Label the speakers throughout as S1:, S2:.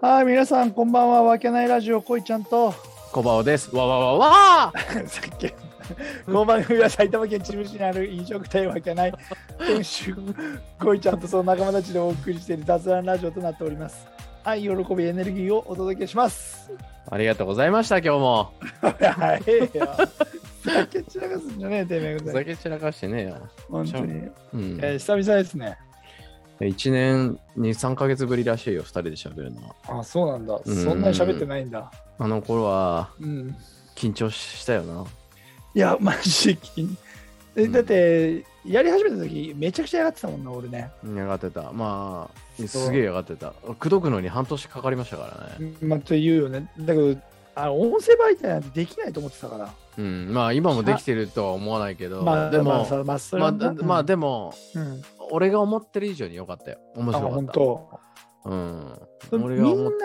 S1: はい、皆さん、こんばんは。わけないラジオ、こいちゃんと。
S2: コバオです。わわわわ
S1: さっき。この番組は埼玉県秩父市にある飲食店わけない。店主、こいちゃんとその仲間たちでお送りしている雑談ラジオとなっております。はい、喜び、エネルギーをお届けします。
S2: ありがとうございました、今日も。
S1: はいよ。酒散らかすんじゃねえ、てめえ
S2: ふ
S1: ぐ
S2: ざ
S1: らい。
S2: け散らかしてねえよ。
S1: 本当に。
S2: うん。
S1: えー久々ですね。
S2: 1年に3ヶ月ぶりらしいよ、2人で喋るのは。
S1: あ、そうなんだ。
S2: うん
S1: そんなに喋ってないんだ。
S2: あの頃は
S1: うん。
S2: 緊張したよな。
S1: いや、マジで。え
S2: うん
S1: だって、やり始めた時めちゃくちゃやがってたもんな、俺ね。
S2: やがってた。まあ、
S1: そう
S2: すげえやがってた。口説くのに半年かかりましたからね。
S1: まあ、と言うよね。だけど、あの音声媒体なんてできないと思ってたから。
S2: うん。まあ、今もできてるとは思わないけど、
S1: まあ、
S2: で
S1: まあ
S2: も、
S1: さまあ、それ
S2: ま
S1: は
S2: あ、
S1: な
S2: まあ、でも、
S1: うん、
S2: 俺が思ってる以上に良かったよ。面
S1: あ、
S2: 白かっ
S1: 本
S2: た。
S1: 当。
S2: うん。
S1: み
S2: 俺
S1: ん
S2: が思っ
S1: な、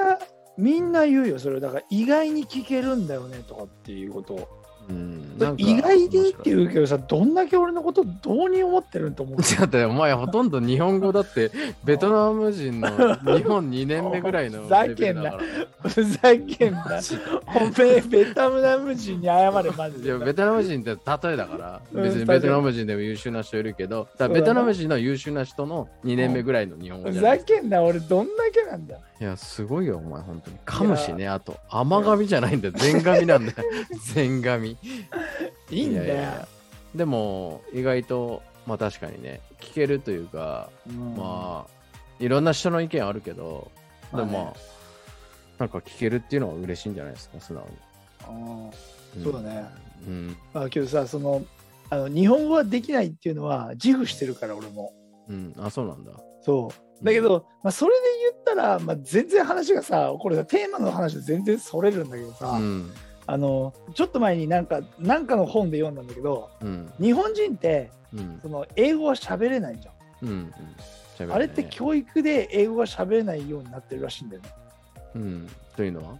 S1: みんな言うよ、それ。だから、意外に聞けるんだよね、とかっていうことを。
S2: うん
S1: だ
S2: な
S1: っ
S2: ん
S1: て
S2: か
S1: 意外でって
S2: 面白い
S1: 言うけどさ、どんだけ俺のことどうに思ってるんと思う
S2: だってお前ほとんど日本語だってベトナム人の日本2年目ぐら いのレベルだから
S1: ふざけんな。おめえ、ベトナム人に謝れ、マジ
S2: い
S1: で
S2: や。ベトナム人って例えだから
S1: うん
S2: 別にベトナム人でも優秀な人いるけどだからベトナム人の優秀な人の2年目ぐらいの日本語
S1: ふ
S2: じゃな
S1: ざ
S2: い
S1: けんな、俺どんだけなんだ。
S2: いやすごいよお前本当にかもしねあと甘髪じゃないんだよ全髪な んだよ全髪
S1: いいんだよ。
S2: ややでも意外とまあ確かにね聞けるというか
S1: うん
S2: まあいろんな人の意見あるけどでも、
S1: まあね
S2: なんか聞けるっていうのは嬉しいんじゃないですか素直に、
S1: うん
S2: ん
S1: そうだね。
S2: うん
S1: まあ、けどさ、その、あの日本語はできないっていうのは自負してるから、俺も。
S2: うんあそうなんだ
S1: そう。だけど、まあ、それで言ったら、まあ、全然話がさ、これさ、テーマの話は全然それるんだけどさ、
S2: うん
S1: あの、ちょっと前になんか、なんかの本で読んだんだけど、
S2: うん
S1: 日本人って、
S2: うん
S1: その、英語は喋れないじゃん。
S2: うんうん喋ない
S1: あれって教育で英語が喋れないようになってるらしいんだよね。
S2: うんというのは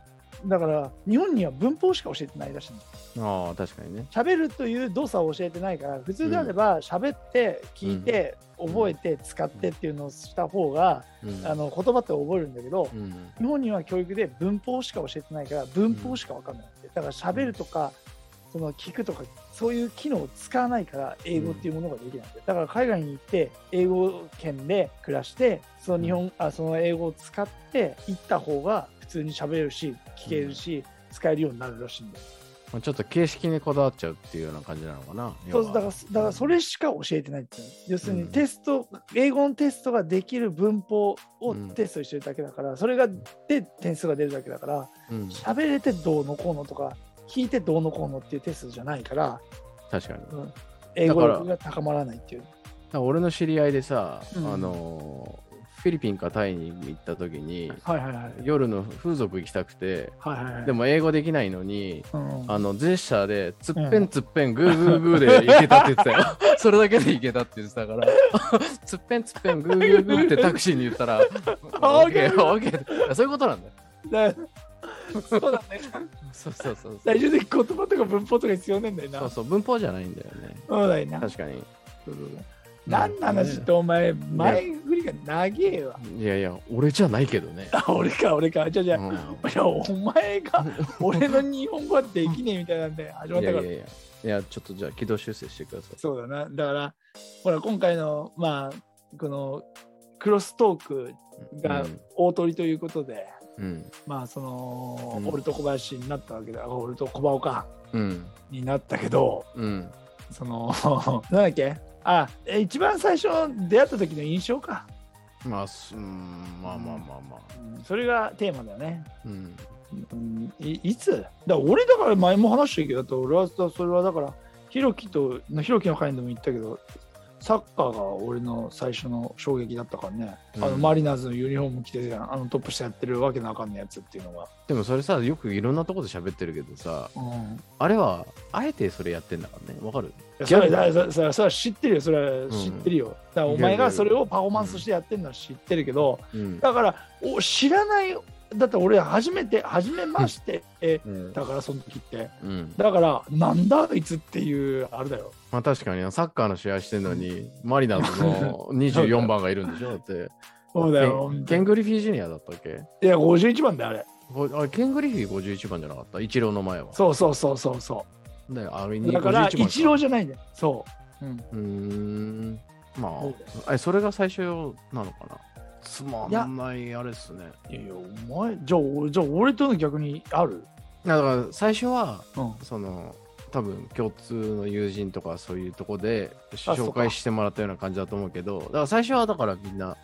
S1: だから、日本には文法しか教えてないらしいんだよ
S2: ああ確かにね
S1: 喋るという動作を教えてないから普通であれば喋って聞いて覚えて使ってっていうのをした方が
S2: うん
S1: あの言葉って覚えるんだけど
S2: うん
S1: 日本には教育で文法しか教えてないから文法しか分かんないってだから喋るとかその聞くとかそういう機能を使わないから英語っていうものができないんだよだから海外に行って英語圏で暮らしてその日本あその英語を使って行った方が普通に喋れるし聞けるし使えるようになるらしいんだよ
S2: まあちょっと形式にこだわっちゃうっていうような感じなのかな
S1: そうだからだからそれしか教えてないっていう要するにテスト、英語のテストができる文法を
S2: うん
S1: テストにしてるだけだから、それがで点数が出るだけだから
S2: うん
S1: 喋れてどうのこうのとか聞いてどうのこうのっていうテストじゃないから、
S2: 確かに
S1: うん英語力が高まらないっていう。
S2: だから俺の知り合いでさ、
S1: うん
S2: あのフィリピンかタイに行った時に
S1: はいはいはい。
S2: 夜の風俗行きたくて
S1: はいはいはい、
S2: でも英語できないのに
S1: うん、
S2: あのジェスチャーでつっぺんつっぺんグーグーグーでいけたって言ってたよ それだけでいけたって言ってたからつっぺんつっぺんグーグーグーってタクシーに言ったらオーケーオーケーそういうことなんだよ
S1: だそうだね。
S2: そうそうそうそう
S1: 最終的に言葉とか文法とか必要ねえんだよな。
S2: そうそう文法じゃないんだよね
S1: そうだよな。
S2: 確かに
S1: そうそうそう何の話ってお前、前振りが長えわ。
S2: いやいや俺じゃないけどね
S1: あ、俺か、俺か。じゃあじゃあ、
S2: うん
S1: いや、お前が俺の日本語はできねえみたいなんで始まっ
S2: い
S1: た
S2: やい
S1: から。
S2: やいやいやちょっとじゃあ軌道修正してください
S1: そうだな。だから、ほら、今回の、まあ、このクロストークが
S2: うん
S1: 大取りということで、
S2: うん
S1: まあ、その、
S2: うん
S1: 俺と小林になったわけだ。あ俺と小林か
S2: うん
S1: になったけど、
S2: うん
S1: その、 なんだっけあ、え一番最初出会った時の印象か。
S2: まあすうんまあまあまあまあ
S1: うんそれがテーマだよね。
S2: うん
S1: うんいいつだから俺だから前も話してるけどだって俺はさそれはだからひろきとひろきの会でも言ったけどサッカーが俺の最初の衝撃だったからね、あ
S2: う
S1: の
S2: ん
S1: マリナーズのユニフォーム着てあのトップ下やってるわけのわかんないやつっていうのが、
S2: でもそれさよくいろんなとこで喋ってるけどさあれは、あえてそれやってんだからね。わかる
S1: いやそれだそれそれそれは知ってるよそれは知ってるよ、だからお前がそれをパフォーマンスとしてやってるのは知ってるけど、
S2: うん。
S1: だからお知らないだって俺初めて初めまして、
S2: うん。
S1: だからその時って
S2: うん、
S1: だからなんだあいつっていうあれだよ
S2: まあ確かに、サッカーの試合してんのに、マリナーズの24番がいるんでしょだって。
S1: そうだよ。
S2: ケングリフィージュニアだったっけ
S1: いや、51番だよ、あれ。
S2: ごあれケングリフィー51番じゃなかった一郎の前は。
S1: そうそうそうそうそ
S2: だよあれ
S1: う。だから、
S2: 51番
S1: 一郎じゃないんだよ。そう。うん。
S2: うーん。ま
S1: そう
S2: あ、えそれが最初なのかなつまんないあれっすね。
S1: いやいや、お前、じゃあ、おじゃあ俺との逆にある
S2: だから最初は、
S1: うん
S2: その多分共通の友人とかそういうとこで
S1: そうか
S2: 紹介してもらったような感じだと思うけどだから最初はだからみんな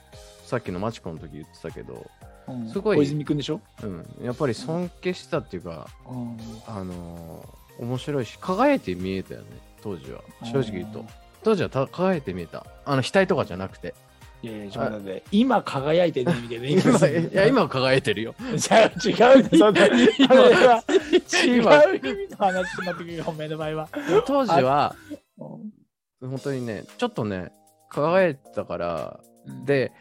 S2: さっきのマチコの時言ってたけど、
S1: うん
S2: すごい
S1: 小泉君でしょ
S2: うん、やっぱり尊敬してたっていうか、
S1: うん。
S2: あのー面白いし輝いて見えたよね当時は正直言うと。当時はた輝いて見えたあの額とかじゃなくて
S1: いやいや、ちょっと待って。今輝いてるみたいな言い方
S2: 今
S1: する。
S2: いや今は輝いてるよ
S1: じゃあ違うね、そんな。あれは違
S2: 今
S1: う意味の話になってくるよ、目の前は。
S2: 当時は
S1: うん
S2: 本当にねちょっとね輝いてたから、で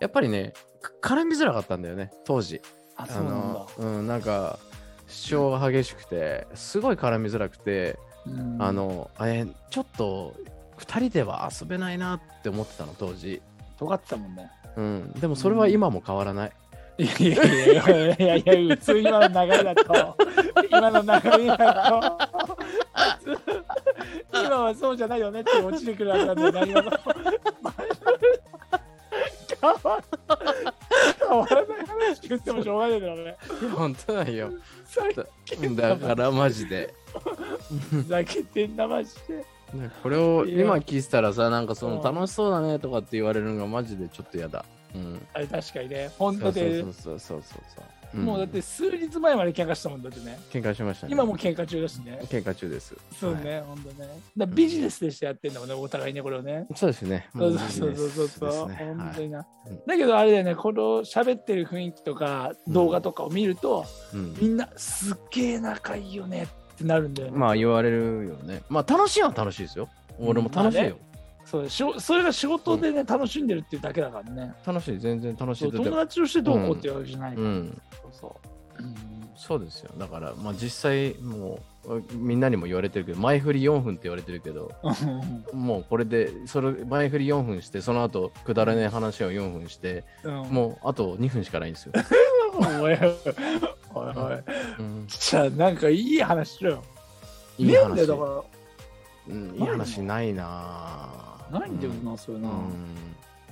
S2: やっぱりねか絡みづらかったんだよね当時
S1: あ、
S2: あ
S1: そうなんだ
S2: の。うんなんか主張が激しくてすごい絡みづらくて、
S1: うん
S2: あ、のえちょっと2人では遊べないなって思ってたの当時、
S1: 尖ってたもんね。
S2: うん、でもそれは今も変わ らない、
S1: いやいやいやいやいや、普通今の流れだと、今の流れ だと、今はそうじゃないよねって落ちてくるはずなんだよ、何事も変わ変わらない話言ってもしょうがないだろうね。
S2: 本当なんよ
S1: さっ
S2: だからマジで
S1: きふざけてんなまして。
S2: ねこれを
S1: いや
S2: 今聞いてたらさなんかその
S1: うん
S2: 楽しそうだねとかって言われるのがマジでちょっとやだうん
S1: あれ確かにね、本
S2: そ
S1: 当
S2: うそう
S1: で
S2: そう、そうそうそうそう、ん
S1: もうだって数日前まで喧嘩したもんだってね。
S2: 喧嘩しましたね
S1: 今も喧嘩中だしね。
S2: 喧嘩中です
S1: そうね、ほんとね。だからビジネスでしてやってんだもんね、お互いね、これをね。
S2: そうですね。
S1: そうそうそうそうそう、
S2: ですね
S1: 本
S2: は
S1: 当
S2: い
S1: にな、
S2: うん
S1: だけどあれだよねこの喋ってる雰囲気とか
S2: うん
S1: 動画とかを見ると、
S2: うん
S1: みんなすっげえ仲いいよねってなるんだよね、
S2: まあ言われるよね。まあ楽しいは楽しいですよ。俺も楽しいよ。
S1: そうしょそれが仕事でね、楽しんでるっていうだけだからね
S2: 楽しい、全然楽し
S1: そ
S2: いうだっ
S1: 友
S2: て。
S1: 達としてどうこうっていうわけじゃないか
S2: う
S1: ら、
S2: ん、
S1: そうそう、うん
S2: そうですよ。だから、まあ実際、もうみんなにも言われてるけど、前振り4分って言われてるけど、もうこれで、それ前振り4分して、その後くだらない話を4分して、
S1: うん
S2: もうあと2分しかないんですよ。
S1: うんおいおいおいおい
S2: うん、
S1: じゃあなんかいい話しろよ
S2: いい
S1: ねえんだ
S2: 話
S1: よだか
S2: うん、いい話ないなぁ
S1: らないんだよ
S2: うん
S1: な、そういう
S2: う
S1: の、
S2: ん、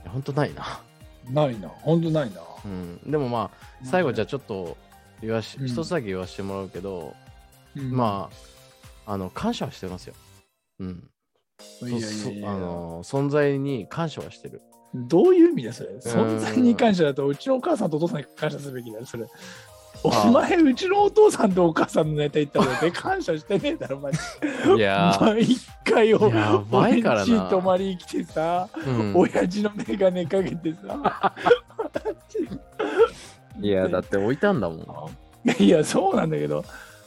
S2: 本当ないな。
S1: ないなほんとないな
S2: うん、でもまあ最後じ
S1: ゃ、
S2: ゃあちょっと言わし、
S1: うん
S2: 一つだけ言わしてもらうけど、
S1: うん
S2: まああの感謝はしてますよ。うん。そ
S1: いやいやいやいや
S2: そあの存在に感謝はしてる。
S1: どういう意味だそれ存在に感謝だとうちのお母さんとお父さんに感謝すべきだよそれお前うちのお父さんとお母さんのネタ言ったので感謝してねえだろマジ
S2: いやー、
S1: 毎回を
S2: やばいからな
S1: 俺んち泊まりに来てさ、
S2: うん
S1: 親父の眼鏡かけてさ
S2: いやだって置いたんだもん。
S1: いやそうなんだけど、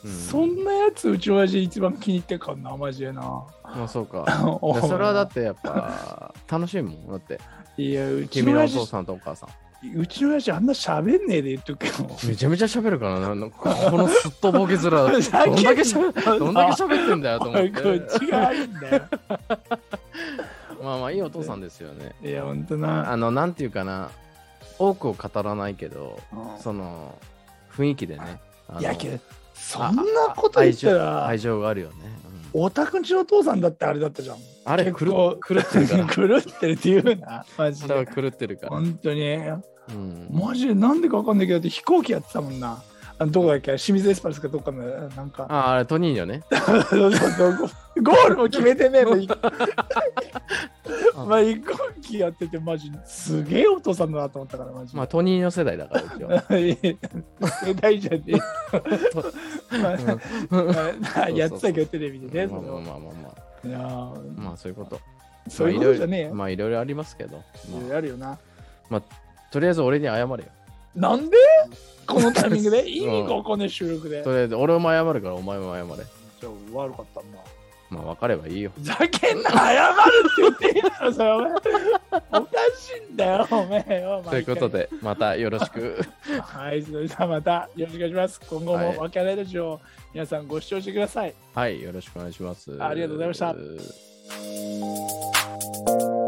S2: うん
S1: そんなやつうちの親父一番気に入ってっからなマジでな
S2: まあそう か。いや
S1: そ
S2: それはだってやっぱ楽しいもん。だって
S1: いやうち
S2: 君
S1: の
S2: のお
S1: 親
S2: 父
S1: 父
S2: さんとお母さん。
S1: うちの親父あんな喋んねえで言っとくけど
S2: めちゃめちゃ喋るからな。なんかこのすっとぼけ面。どんだけ喋る どんだけ喋ってんだよと思って。
S1: こっちがいいんだよ。
S2: まあまあいいお父さんですよね。
S1: いや、ほんとな。
S2: あの、なんていうかな、多くを語らないけど、その、雰囲気でね。あの
S1: いやけど、そんなこと言 ったら
S2: 愛、情があるよね。うん
S1: おたくんちのお父さんだってあれだったじゃん。
S2: あれ、
S1: 結
S2: 狂
S1: 構
S2: っ狂ってる から。
S1: 狂ってるっていうな、マジ
S2: それは
S1: で。
S2: 狂ってるから。
S1: ほんとに。
S2: うん
S1: マジで、なんでかわかんないけど、だって飛行機やってたもんな。あのどこだっけ清水エスパルスかどっかの、なんか、
S2: ああれ、トニーニョね。
S1: そうそうそうゴールも決めてねえの に
S2: あ
S1: まあ、飛行機やってて、マジ、すげえお父さんだなと思ったから、マジで
S2: まあ、トニーニョ世代だから、一 応。
S1: 世代じゃねえ。まあ
S2: うん
S1: まあまあやってたけどテレビでね、そ
S2: まあまあ
S1: の
S2: まあまあま
S1: いや
S2: あ、
S1: ー
S2: まあ、そういうこと。
S1: そういうことじゃねえ
S2: まあいろ
S1: よ。
S2: いろまあ、いろいろありますけど。
S1: いろい
S2: まあ
S1: ろあるよな。
S2: とりあえず俺に謝れよ。
S1: なんでこのタイミングで意味がわかんない収録で。
S2: とりあえず俺も謝るから、お前も謝れ。
S1: じゃあ悪かったんだ。
S2: まあ、分かればいいよ。
S1: ふざけんな、謝るって言ってんだろ、それお前。おかしいんだよ、お前よ。
S2: ということで、またよろしく。
S1: 毎回。はい、それではまたよろしくお願いします。今後
S2: はい
S1: もわけないラジオを皆さんご視聴してください。
S2: はい、よろしくお願いします。。
S1: ありがとうございました